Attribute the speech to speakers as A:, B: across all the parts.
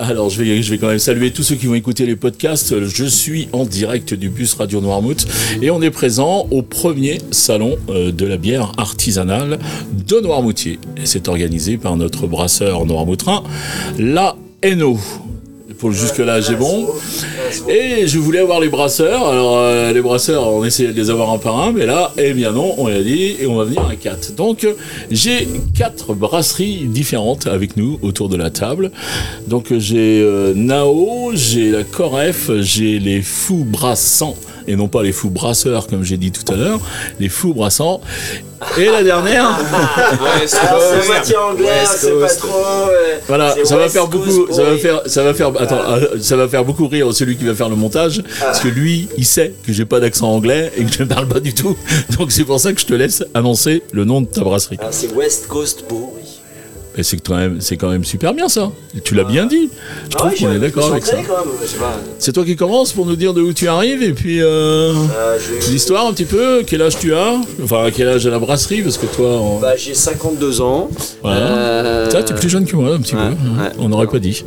A: Alors je vais, je vais quand même saluer tous ceux qui vont écouter les podcasts. Je suis en direct du bus Radio Noirmouth et on est présent au premier salon euh, de la bière artisanale de Noirmoutier. Et c'est organisé par notre brasseur noirmoutrin, la NO. Pour jusque-là, Euh, j'ai bon.
B: Ah,
A: Et je voulais avoir les brasseurs. Alors, euh, les brasseurs, on essayait de les avoir un par un, mais là, eh bien non, on l'a dit, et on va venir à quatre. Donc, euh, j'ai quatre brasseries différentes avec nous autour de la table. Donc, euh, j'ai euh, Nao, j'ai la Coref, j'ai les Fous Brassants, et non pas les Fous Brasseurs, comme j'ai dit tout à l'heure, les Fous Brassants. Et la dernière,
B: Alors,
C: Coast.
B: c'est moitié anglais, hein,
C: West
B: c'est pas
C: Coast.
B: trop. euh,
A: Voilà,
B: c'est
A: ça va
B: West
A: faire
B: Coast Ah.
A: beaucoup, ça va
B: pourri.
A: faire, ça va faire, attends, euh, ça va faire beaucoup rire celui qui va faire le montage,
B: Ah.
A: parce que lui, il sait que j'ai pas d'accent anglais et que je ne parle pas du tout, donc c'est pour ça que je te laisse annoncer le nom de ta brasserie.
B: Alors, Ah, c'est West Coast Brewery.
A: Et c'est quand même, c'est quand même super bien ça. Tu l'as bien dit. Je
B: Ah
A: trouve
B: ouais,
A: qu'on est
B: je- je
A: d'accord
B: me
A: avec
B: suis
A: ça.
B: entraîné quand même, je sais pas.
A: C'est toi qui commence pour nous dire de où tu arrives et puis euh,
B: Euh, je-
A: l'histoire un petit peu, quel âge tu as, enfin quel âge à la brasserie, parce que toi, on-
B: Bah, j'ai 52 ans.
A: Voilà.
B: Euh,
A: ça, t'es plus jeune que moi un petit
B: ouais,
A: peu. hein.
B: ouais.
A: On n'aurait pas dit.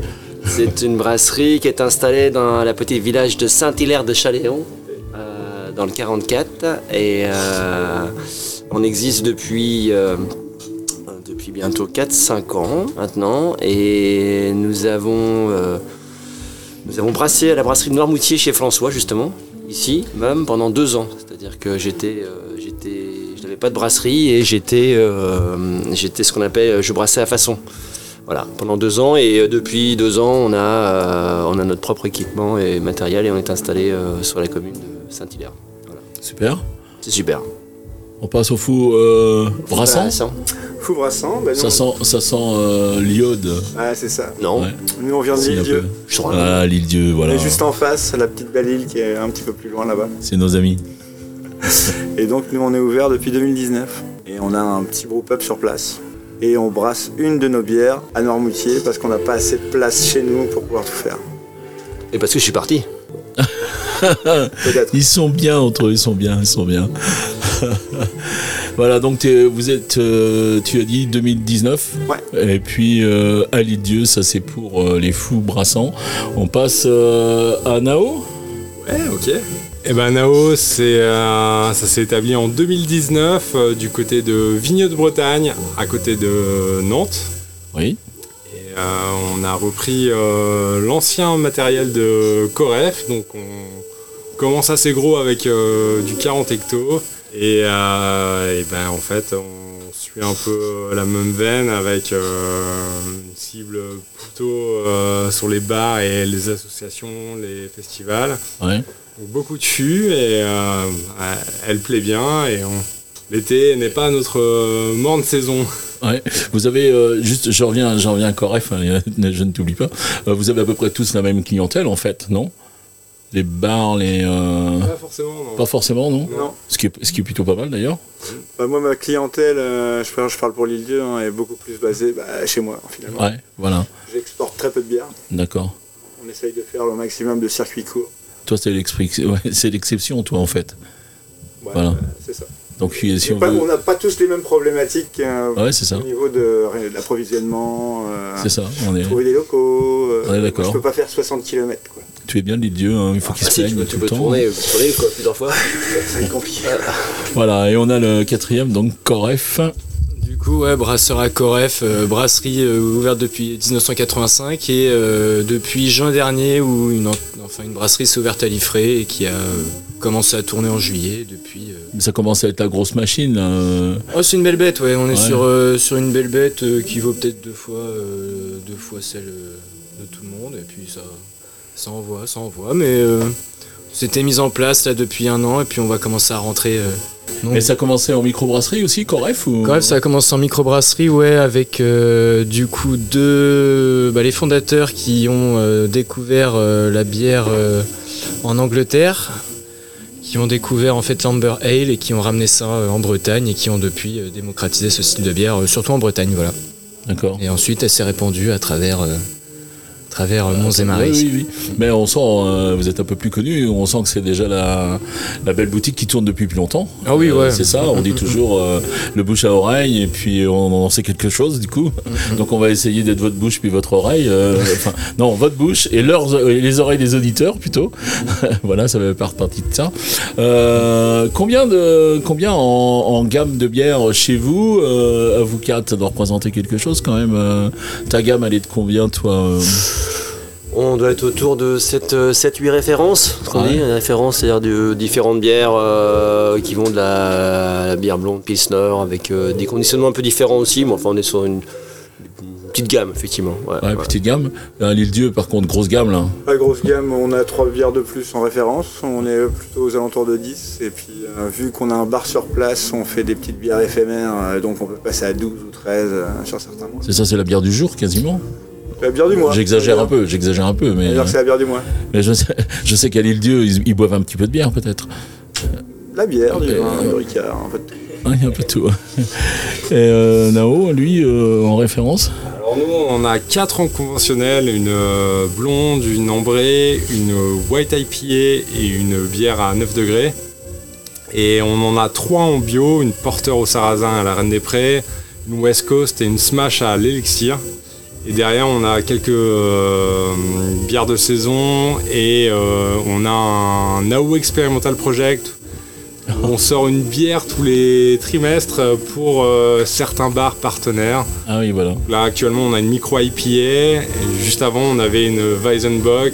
B: C'est une brasserie qui est installée dans la petite village de Saint-Hilaire de Chaléon, euh, dans le 44. Et euh, on existe depuis, euh, depuis bientôt 4-5 ans maintenant. Et nous avons, euh, nous avons brassé à la brasserie de Noirmoutier chez François, justement, ici même, pendant deux ans. C'est-à-dire que j'étais. euh, j'étais je n'avais pas de brasserie et j'étais euh, j'étais ce qu'on appelle je brassais à façon. Voilà, pendant deux ans et euh, depuis deux ans, on a, euh, on a notre propre équipement et matériel et on est installé euh, sur la commune de Saint-Hilaire.
A: Super.
B: C'est super.
A: On passe au fou euh,
B: Bah,
A: brassant.
B: Intéressant.
C: Fou brassant, bah nous,
A: Ça sent, ça sent euh, l'iode.
C: Ah, c'est ça.
B: Non,
A: Ouais.
C: Nous, on vient
A: C'est un
C: d'île Dieu.
A: peu-
B: je suis rien.
A: Ah, l'île Dieu,
C: On
A: voilà.
C: est juste en face, la petite belle île qui est un petit peu plus loin là-bas.
A: C'est nos amis.
C: Et donc, nous, on est ouvert depuis 2019. Et on a un petit groupe-up sur place. Et on brasse une de nos bières à Noirmoutier parce qu'on n'a pas assez de place chez nous pour pouvoir tout faire.
B: Et parce que je suis parti.
C: Peut-être.
A: Ils sont bien entre eux, ils sont bien, ils sont bien. voilà, donc t'es- vous êtes, euh, tu as dit 2019. Et puis euh, à l'île Dieu, ça c'est pour euh, les fous brassants. On passe euh, à Nao.
C: Ouais, ok.
D: Eh ben Nao, c'est un- ça s'est établi en 2019 euh, du côté de Vigneux de Bretagne, à côté de Nantes.
A: Oui.
D: Et, euh, on a repris euh, l'ancien matériel de Coref, donc on commence assez gros avec euh, du 40 hecto. Et, euh, et ben en fait, on suit un peu euh, la même veine avec euh, une cible plutôt euh, sur les bars et les associations, les festivals.
A: Ouais.
D: Donc, beaucoup de fûts et euh, elle plaît bien et on- l'été n'est pas notre euh, morne saison.
A: Ouais. Vous avez euh, juste, je reviens, je reviens à Coref, hein, je ne t'oublie pas. Euh, vous avez à peu près tous la même clientèle en fait, non Les bars, les. euh,
D: Pas forcément. non.
A: Pas forcément, non
C: Non.
A: ce qui, est, ce qui est plutôt pas mal d'ailleurs.
C: Bah, moi, ma clientèle, euh, je, parle, je parle pour l'île Dieu, hein, est beaucoup plus basée bah, chez moi, finalement.
A: Ouais, voilà,
C: J'exporte très peu de bière.
A: d'accord.
C: On essaye de faire le maximum de circuits courts.
A: Toi, c'est l'expri- ouais, c'est l'exception, toi, en fait.
C: Ouais,
A: Voilà.
C: euh, c'est ça.
A: Donc, si si on
C: Pas- on
A: veut. Ah
C: n'a pas tous les mêmes problématiques euh,
A: Ouais, c'est ça,
C: au niveau de, de l'approvisionnement, euh,
A: c'est ça. On est...
C: trouver des locaux. euh,
A: Ouais, d'accord.
C: Je peux pas faire 60 km. quoi.
A: Tu es bien les dieux, hein, il faut qu'ils
B: Ah,
A: se
B: si, tu
A: plaignent
B: peux,
A: tout
B: tu
A: le
B: peux
A: temps.
B: tourner, tu peux tourner, quoi, plusieurs fois. Euh,
C: C'est compliqué.
A: Voilà, et on a le quatrième, donc Coref.
E: Du coup, ouais, brasseur à Coref, euh, brasserie euh, ouverte depuis 1985 et euh, depuis juin dernier où une, en- enfin, une brasserie s'est ouverte à Liffré et qui a euh, commencé à tourner en juillet depuis. euh.
A: Ça commence à être la grosse machine. là, euh,
E: Oh, c'est une belle bête, ouais. On est
A: Ouais.
E: sur, euh, sur une belle bête euh, qui vaut peut-être deux fois euh, deux fois celle euh, de tout le monde et puis ça ça envoie, ça envoie. Mais euh, c'était mis en place là depuis un an et puis on va commencer à rentrer. euh, non,
A: Mais ça commençait en microbrasserie aussi, Coref ou...
E: Bref, ça a commencé en microbrasserie, ouais, avec euh, du coup deux, bah, les fondateurs qui ont euh, découvert euh, la bière euh, en Angleterre, qui ont découvert en fait l'Amber Ale et qui ont ramené ça euh, en Bretagne et qui ont depuis euh, démocratisé ce style de bière, euh, surtout en Bretagne, voilà.
A: D'accord.
E: Et ensuite, elle s'est répandue à travers euh, travers euh, Monts et Marais.
A: Ah, Oui, oui, oui. Mais on sent, euh, vous êtes un peu plus connu, on sent que c'est déjà la, la belle boutique qui tourne depuis plus longtemps.
E: Ah oui, ouais.
A: Euh, c'est ça, on dit toujours euh, le bouche à oreille et puis on en sait quelque chose du coup.
E: Mm-hmm.
A: Donc on va essayer d'être votre bouche puis votre oreille. euh, enfin, non, votre bouche et leurs, euh, et les oreilles des auditeurs plutôt.
E: Mm-hmm.
A: voilà, ça va faire partie de ça. Euh, combien de, combien en, en gamme de bière chez vous euh, À vous quatre, ça doit représenter quelque chose quand même. euh, ta gamme, elle est de combien toi euh
B: On doit être autour de 7-8 références, ce qu'on
A: Ah Ouais.
B: dit. Une référence, c'est-à-dire de différentes bières euh, qui vont de la, la bière blonde, Pilsner, avec euh, des conditionnements un peu différents aussi, mais enfin on est sur une, une petite gamme, effectivement. Ouais,
A: Ouais,
B: ouais.
A: petite gamme. Euh, L'île Dieu, par contre, grosse gamme là.
C: Pas grosse gamme, on a trois bières de plus en référence, on est plutôt aux alentours de 10. Et puis euh, vu qu'on a un bar sur place, on fait des petites bières éphémères, euh, donc on peut passer à 12 ou 13 euh, sur certains mois.
A: C'est ça, c'est la bière du jour quasiment.
C: La bière du mois.
A: J'exagère un peu, j'exagère un peu, mais,
C: C'est-à-dire que c'est la bière du mois.
A: mais je sais, je sais qu'à l'île Dieu, ils, ils boivent un petit peu de bière peut-être.
C: La bière, du
A: Euh,
C: vin, du ricard, un peu de tout.
A: Ouais, un peu de tout. hein. Et euh, Nao, lui, euh, en référence
D: Alors nous, on en a quatre en conventionnel, une euh, blonde, une ambrée, une euh, white IPA et une bière à 9 degrés. Et on en a trois en bio, une porteur au sarrasin à la Reine des Prés, une West Coast et une Smash à l'Élixir. Et derrière, on a quelques euh, bières de saison et euh, on a un AO Experimental Project. où On sort une bière tous les trimestres pour euh, certains bars partenaires.
A: Ah oui, voilà.
D: Là actuellement on a une micro IPA, et juste avant on avait une Weizenbock.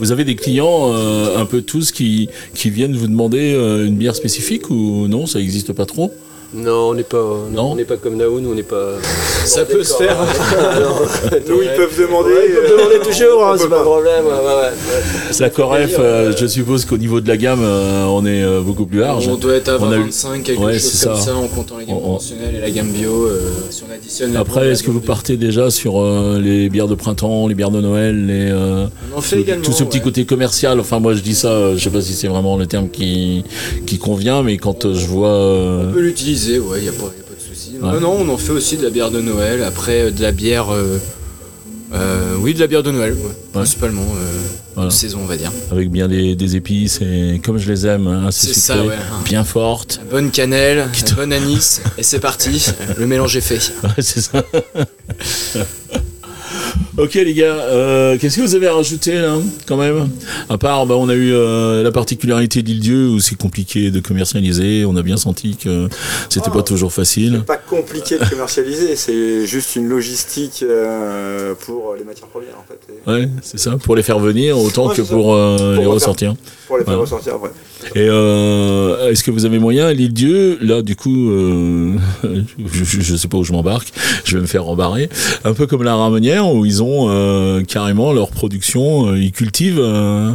A: Vous avez des clients, euh, un peu tous, qui, qui viennent vous demander euh, une bière spécifique ou non Ça n'existe pas trop
B: Non, on n'est pas,
A: Non.
B: on n'est pas comme Naoun, on n'est pas.
A: Ça peut se faire.
C: Nous, ils peuvent demander.
B: hein. Ouais, ils peuvent demander
C: euh,
B: toujours, hein,
C: on peut
B: c'est pas un
C: pas.
B: problème. ouais, ouais, ouais.
A: La Coref, euh, je suppose qu'au niveau de la gamme, euh, on est euh, beaucoup plus large.
E: On doit être à
A: On a eu-
E: 25, quelque
A: Ouais,
E: chose
A: c'est
E: comme
A: ça.
E: ça. en comptant la gamme
A: On- on-
E: conventionnelle et la gamme bio. euh, si on additionne la
A: Après, est-ce que vous partez déjà sur euh, les bières de printemps, les bières de Noël, les, euh,
E: On en fait
A: tout-
E: également.
A: tout ce petit
E: ouais.
A: côté commercial Enfin, moi, je dis ça, euh, je sais pas si c'est vraiment le terme qui, qui convient, mais quand euh, je vois. euh,
E: On peut l'utiliser, ouais, il n'y a, pas y a pas de souci. Non,
A: Ouais.
E: non, on en fait aussi de la bière de Noël, après euh, de la bière. euh, euh, oui, de la bière de Noël, ouais, principalement. euh,
A: Voilà.
E: de saison, on va dire.
A: avec bien des, des épices et comme je les aime, hein, assez
E: C'est
A: sucrées,
E: ça, ouais.
A: bien fortes.
E: La bonne cannelle, la bonne anis, et c'est parti, le mélange est fait.
A: Ouais, c'est ça. ok les gars, euh, qu'est-ce que vous avez rajouté là, quand même À part, bah, on a eu euh, la particularité de l'île Dieu où c'est compliqué de commercialiser. On a bien senti que c'était
C: Ah.
A: pas toujours facile.
C: pas compliqué de commercialiser, c'est juste une logistique euh, pour les matières premières en fait, et
A: Ouais, c'est ça. Pour les faire venir autant
C: Ouais,
A: que
C: c'est ça.
A: pour, euh, les
C: refaire.
A: ressortir.
C: pour les faire
A: Ouais.
C: ressortir après.
A: Et euh, est-ce que vous avez moyen, à l'île Dieu Là, du coup, euh, je, je- je sais pas où je m'embarque. Je vais me faire embarrer. Un peu comme la Ramonnière où ils ont euh, carrément leur production, euh, ils cultivent. euh,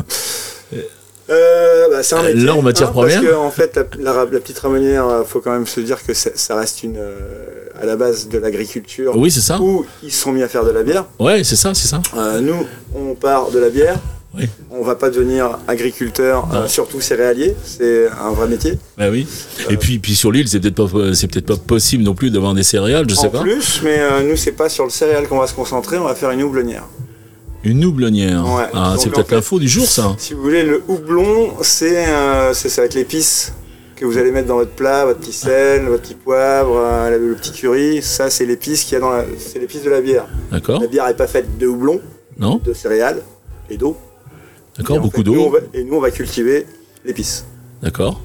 C: Euh, bah, c'est un
A: Euh,
C: métier,
A: là, en matière
C: hein,
A: première.
C: Parce que en fait, la, la- la petite ramonnière, euh, faut quand même se dire que ça, ça reste une euh, à la base de l'agriculture
A: Oui, c'est ça.
C: où ils se sont mis à faire de la bière.
A: Ouais, c'est ça, c'est ça.
C: Euh, nous, on part de la bière.
A: Oui.
C: On va pas devenir agriculteur, euh,
A: Non.
C: surtout céréalier. C'est un vrai métier.
A: Bah oui. Et puis, puis sur l'île, c'est peut-être pas, c'est peut-être pas possible non plus d'avoir des céréales, je sais
C: en
A: pas.
C: plus, mais euh, nous, c'est pas sur le céréal qu'on va se concentrer. On va faire une houblonnière.
A: Une houblonnière.
C: Ouais.
A: Ah,
C: Donc,
A: c'est
C: en
A: peut-être
C: fait-
A: l'info du jour, ça. hein.
C: Si vous voulez, le houblon, c'est euh, c'est ça avec l'épice que vous allez mettre dans votre plat, votre petit sel, votre petit poivre, euh, le petit curry. Ça, c'est l'épice qu'il y a dans la, c'est l'épice de la bière.
A: D'accord.
C: La bière est pas faite de houblon,
A: Non.
C: de céréales et d'eau. Et
A: D'accord.
C: en
A: Ah, Beaucoup
C: fait, nous, on
A: d'eau.
C: va- Et nous, on va cultiver l'épice.
A: D'accord.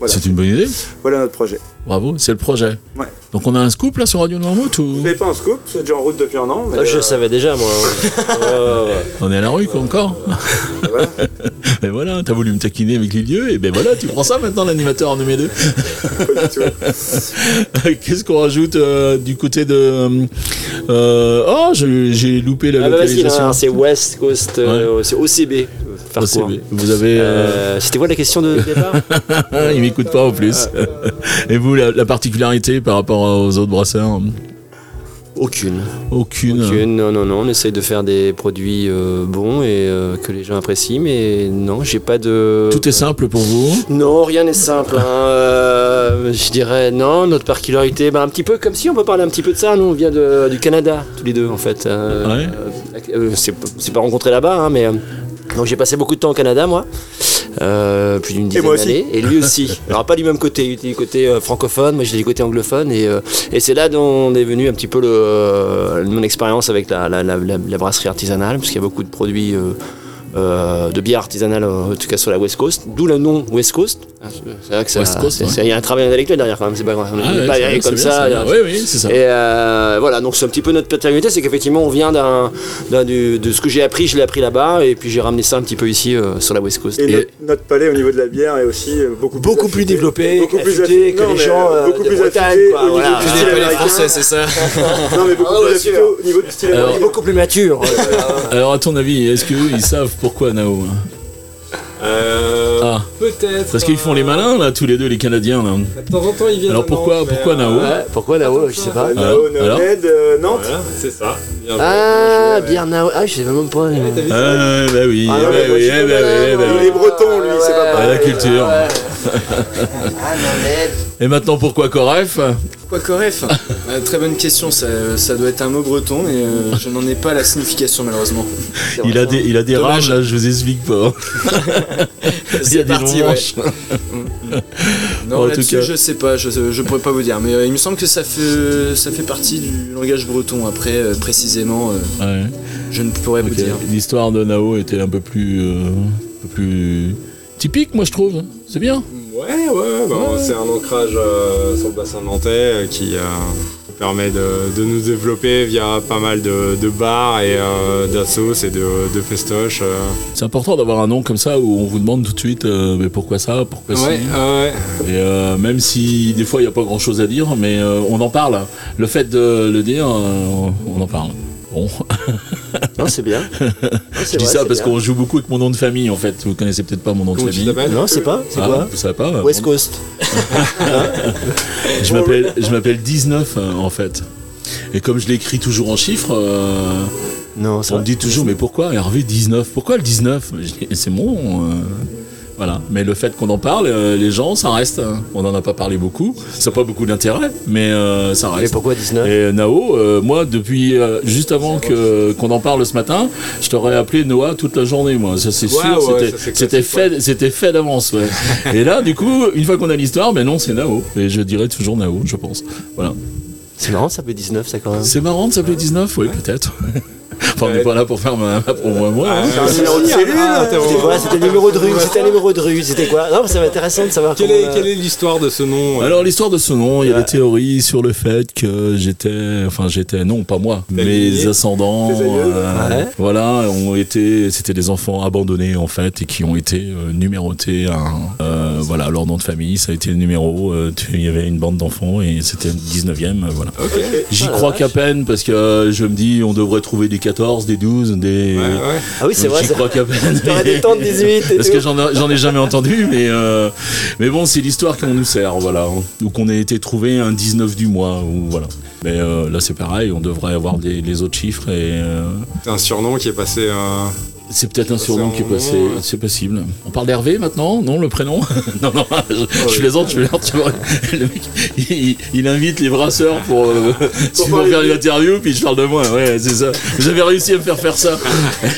C: Voilà.
A: C'est une bonne idée.
C: Voilà notre projet.
A: Bravo. C'est le projet.
C: Ouais.
A: Donc on a un scoop là sur Radio Noirmouth ou
C: Vous n'avez pas un scoop, c'est déjà en route depuis un an. Mais,
B: Ah, je
C: euh,
B: le savais déjà, moi. Ouais, ouais, ouais.
A: on est à la rue quoi encore
C: voilà.
A: Ben voilà, t'as voulu me taquiner avec les lieux et ben voilà, tu prends ça maintenant l'animateur en numéro 2.
C: Pas du tout.
A: Qu'est-ce qu'on rajoute euh, du côté de euh, euh, Oh, j'ai j'ai loupé la
B: Ah bah vas-y,
A: localisation.
B: là, c'est West Coast, euh, c'est OCB. Faire
A: Oh,
B: quoi
A: c'est- vous avez euh,
B: Euh, C'était quoi la question de départ
A: Ah, il m'écoute pas en plus. Et vous, la, la particularité par rapport aux autres brasseurs
B: Aucune.
A: Aucune.
B: Aucune, non, non, non. On essaye de faire des produits euh, bons et euh, que les gens apprécient, mais non, j'ai pas de.
A: Tout est simple pour vous.
B: Non, rien n'est simple. hein. Euh, je dirais non, notre particularité, ben, un petit peu comme si on peut parler un petit peu de ça. Nous, on vient de- du Canada, tous les deux, en fait. Euh,
A: Ouais.
B: euh, c'est p- c'est pas rencontré là-bas, hein, mais. euh, donc j'ai passé beaucoup de temps au Canada, moi. Euh, plus d'une dizaine
C: moi aussi.
B: d'années. Et lui aussi. Alors pas du même côté, il était du côté euh, francophone, moi j'étais du côté anglophone. Et, euh, et c'est là dont est venu un petit peu le, euh, mon expérience avec la, la- la- la- la brasserie artisanale, parce qu'il y a beaucoup de produits... euh, euh, de bière artisanale euh, en tout cas sur la West Coast, d'où le nom West Coast. Ah, C'est vrai que ça-
A: West Coast,
B: c'est-
A: ouais.
B: c'est- il y a un travail intellectuel derrière quand même, c'est pas, on
A: Ah
B: n'est
A: ouais,
B: pas
A: c'est
B: arrivé
A: bien,
B: comme
A: c'est bien,
B: ça.
A: c'est bien.
B: alors-
A: Oui, oui, c'est ça.
B: et euh, voilà, donc c'est un petit peu notre paternité, c'est qu'effectivement on vient d'un, d'un- du- de ce que j'ai appris, je l'ai appris là-bas, et puis j'ai ramené ça un petit peu ici euh, sur la West Coast.
C: Et,
B: Et-
C: notre, notre palais au niveau de la bière est aussi euh, beaucoup plus,
B: Beaucoup
C: affûté.
B: plus développé,
C: beaucoup plus
B: affûté
C: affûté
B: que les
C: mais,
B: gens,
C: euh,
B: euh,
C: beaucoup
B: de
C: plus
B: Bretagne,
C: affûté
B: quoi,
C: au niveau
B: voilà.
C: du
B: Je
E: Je
C: style
E: n'ai pas les
C: américain.
E: français, c'est ça
C: Non, mais beaucoup
B: Ah ouais,
C: plus
B: sûr.
C: affûté au niveau du style
A: Alors-
C: américain.
B: beaucoup plus mature.
A: euh, Alors, à ton avis, est-ce qu'eux, ils savent pourquoi Nao hein
D: Euh,
A: Ah,
D: Peut-être.
A: parce qu'ils font les malins, là, tous les deux, les Canadiens, là.
D: euh, De temps en temps, ils viennent.
A: Alors,
D: à
A: pourquoi-
D: Nantes, mais,
A: pourquoi
D: euh,
A: Nao
D: ouais,
B: pourquoi Nao Je sais pas.
C: Ah,
A: bah, Alors- Eh
C: Nao, Nao
A: alors
C: Med, euh, Nantes.
D: Voilà, c'est ça. Bien
B: Ah,
D: joué, ouais.
B: bière Nao. Ah, je sais même pas.
D: Ouais, t'as vu ça
A: Ah, bah oui,
C: Ah,
A: eh
C: non,
A: bah
C: mais moi,
A: oui,
C: je
A: eh
C: suis
A: bah oui, eh bah
C: Il
A: oui.
C: est breton, lui, c'est pas
A: Ah,
C: pareil.
A: la culture.
B: Ah,
C: Ah,
B: mais
A: Et maintenant, pourquoi Coref
E: Quoi Coref Euh, Très bonne question, ça, ça doit être un mot breton, mais euh, je n'en ai pas la signification malheureusement.
A: Il a des, il a des rames,
E: Dommage.
A: là, je vous explique pas. Il y a
E: C'est
A: des
E: parti, ouais.
A: branches.
E: Non,
A: En tout
E: là-dessus,
A: cas.
E: je sais pas, je, je pourrais pas vous dire, mais euh, il me semble que ça fait, ça fait partie du langage breton. Après, euh, précisément, euh,
A: Ouais,
E: je ne pourrais
A: ok.
E: vous
D: hein.
E: dire.
A: L'histoire de Nao était un peu plus, euh, un peu plus typique, moi, je trouve. C'est bien.
D: Ouais, ouais, ouais, bah,
A: Ouais.
D: c'est un ancrage euh, sur le bassin nantais euh, qui euh, permet de, de nous développer via pas mal de, de bars et euh, d'assos et de, de festoches. euh.
A: C'est important d'avoir un nom comme ça où on vous demande tout de suite euh, mais pourquoi ça, pourquoi
D: Ouais,
A: si.
D: ouais.
A: Et euh, même si des fois il n'y a pas grand chose à dire, mais euh, on en parle. Le fait de le dire, euh, on en parle. Bon,
B: Non, c'est bien. Non,
A: je
B: c'est
A: dis
B: vrai,
A: ça
B: c'est
A: parce
B: bien.
A: qu'on joue beaucoup avec mon nom de famille en fait. Vous connaissez peut-être pas mon nom
D: Comment
A: de
D: tu
A: famille.
D: t'appelles
B: Non, c'est pas. C'est
A: Ah,
B: quoi
A: vous savez pas
B: West
A: Mon-
B: Coast.
A: Je m'appelle, je m'appelle 19 euh, en fait. Et comme je l'écris toujours en chiffres, euh,
B: Non, c'est
A: on me dit toujours mais pourquoi Hervé 19 Pourquoi le 19 Je dis, C'est mon. euh, Voilà. Mais le fait qu'on en parle, euh, les gens, ça reste. hein. On n'en a pas parlé beaucoup. Ça n'a pas beaucoup d'intérêt, mais euh, ça
B: Mais
A: reste.
B: pourquoi 19
A: Et Nao, euh, moi, depuis euh, juste avant que qu'on en parle ce matin, je t'aurais appelé Noah toute la journée, moi. Ça c'est
D: Ouais,
A: sûr,
D: ouais,
A: c'était-
D: ça, c'est
A: c'était
D: classique,
A: fait, c'était fait d'avance. ouais. et là, du coup, une fois qu'on a l'histoire, mais non, c'est Nao. Et je dirais toujours Nao, je pense. Voilà.
B: C'est marrant, ça fait 19, ça quand même.
A: C'est marrant de s'appeler 19, oui, peut-être. enfin, on n'est pas là pour faire ma, ma promo à moi. hein.
C: C'est un numéro de cellule.
D: Ah, t'as-
B: C'était quoi C'était le numéro de rue C'était un numéro de rue C'était quoi Non, mais ça m'intéresse de savoir
D: Quelle
B: comment,
D: est,
B: euh,
D: quelle est l'histoire de ce nom euh
A: Alors l'histoire de ce nom, il y a des théories sur le fait que j'étais, enfin j'étais, non pas moi,
D: T'as
A: mes
D: lignée.
A: ascendants,
C: Tes aïeux,
A: euh,
B: ouais.
A: voilà, ont été, c'était des enfants abandonnés en fait et qui ont été euh, numérotés. à un- euh, voilà, leur nom de famille, ça a été le numéro. euh, tu- Il y avait une bande d'enfants et c'était le 19e. euh, voilà. J'y
B: Ah, la
A: crois
B: vache.
A: qu'à peine parce que euh, je me dis, on devrait trouver des 14, des 12, des.
D: Ouais, ouais.
B: Ah oui, c'est vrai.
A: J'y
B: ça-
A: crois qu'à peine.
B: T'aurais des temps de 18 et
A: Parce
B: tout.
A: que j'en ai- j'en ai jamais entendu, mais, euh, mais bon, c'est l'histoire qu'on nous sert, voilà. Ou qu'on ait été trouvé un 19 du mois, ou voilà. Mais euh, là, c'est pareil, on devrait avoir des, les autres chiffres et. euh,
D: C'est un surnom qui est passé. euh,
A: c'est peut-être un surnom
D: un
A: qui est
D: moment,
A: passé,
D: ouais.
A: c'est possible. On parle d'Hervé maintenant Non, le prénom Non, non, je, je plaisante, je plaisante. tu vois. Le mec, il, il invite les brasseurs pour, euh, pour
C: parler
A: faire
C: de
A: une
C: lui.
A: interview, puis je parle de moi. Ouais, c'est ça. J'avais réussi à me faire faire ça.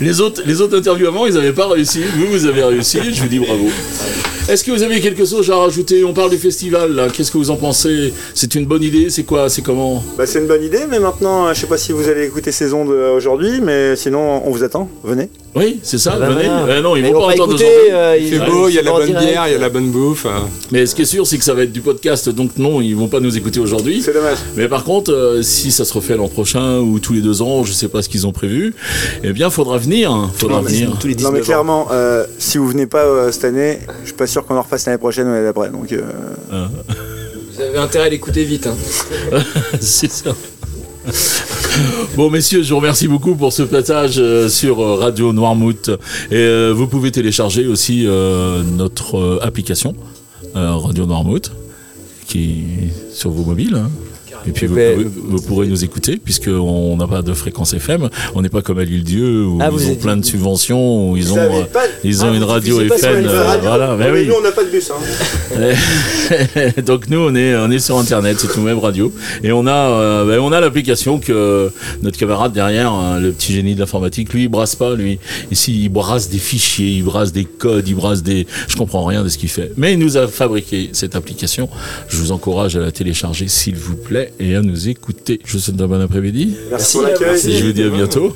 A: Les autres, les autres interviews avant, ils n'avaient pas réussi. Vous, vous avez réussi. Je vous dis bravo. Est-ce que vous avez quelque chose à rajouter On parle du festival, là. Qu'est-ce que vous en pensez C'est une bonne idée C'est quoi C'est comment
C: Bah, c'est une bonne idée, mais maintenant, euh, je sais pas si vous allez écouter ces ondes euh, aujourd'hui, mais sinon, on vous attend. Venez.
A: Oui, c'est ça.
B: Ah bah
A: venez.
B: voilà.
A: Eh non, ils
B: Mais
A: vont pas entendre
B: écouter,
A: nos envies.
B: euh,
D: Il
B: ils-
D: fait
B: ils
D: beau, il y a de la
B: sont en
D: bonne
B: direct.
D: bière, il y a de la bonne bouffe. euh.
A: Mais ce qui est sûr, c'est que ça va être du podcast, donc non, ils vont pas nous écouter aujourd'hui.
C: C'est dommage.
A: Mais par contre, euh, si ça se refait l'an prochain ou tous les deux ans, je sais pas ce qu'ils ont prévu, eh bien, faudra venir. Faudra venir.
B: Tous les
C: Non,
B: 19
C: mais
B: ans.
C: clairement, euh, si vous venez pas euh, cette année, je suis pas sûr qu'on en refasse l'année prochaine ou l'année d'après. Donc, euh,
E: Vous avez intérêt à l'écouter vite. Hein.
A: C'est ça. Bon messieurs, je vous remercie beaucoup pour ce passage euh, sur euh, Radio Noirmouth. Et euh, vous pouvez télécharger aussi euh, notre euh, application euh, Radio Noirmouth qui est sur vos mobiles. hein. Et puis
F: Eh
A: vous,
F: ben,
A: vous- vous pourrez nous écouter puisqu'on n'a pas de fréquence FM. On n'est pas comme à l'île Dieu où
F: Ah, vous
A: ils ont
F: êtes-
A: plein de subventions, où ils ont, euh, ils ont une radio
C: et
A: FM. euh, voilà, mais oui.
C: Nous, on n'a pas de bus. Hein.
A: Donc nous on est on est sur internet, c'est tout web radio et on a euh, ben, on a l'application que notre camarade derrière hein, le petit génie de l'informatique lui il brasse pas lui ici il brasse des fichiers, il brasse des codes, il brasse des je comprends rien de ce qu'il fait mais il nous a fabriqué cette application. Je vous encourage à la télécharger s'il vous plaît et à nous écouter. Je vous souhaite un bon après-midi.
C: Merci pour l'accueil.
A: Et je vous dis à bientôt.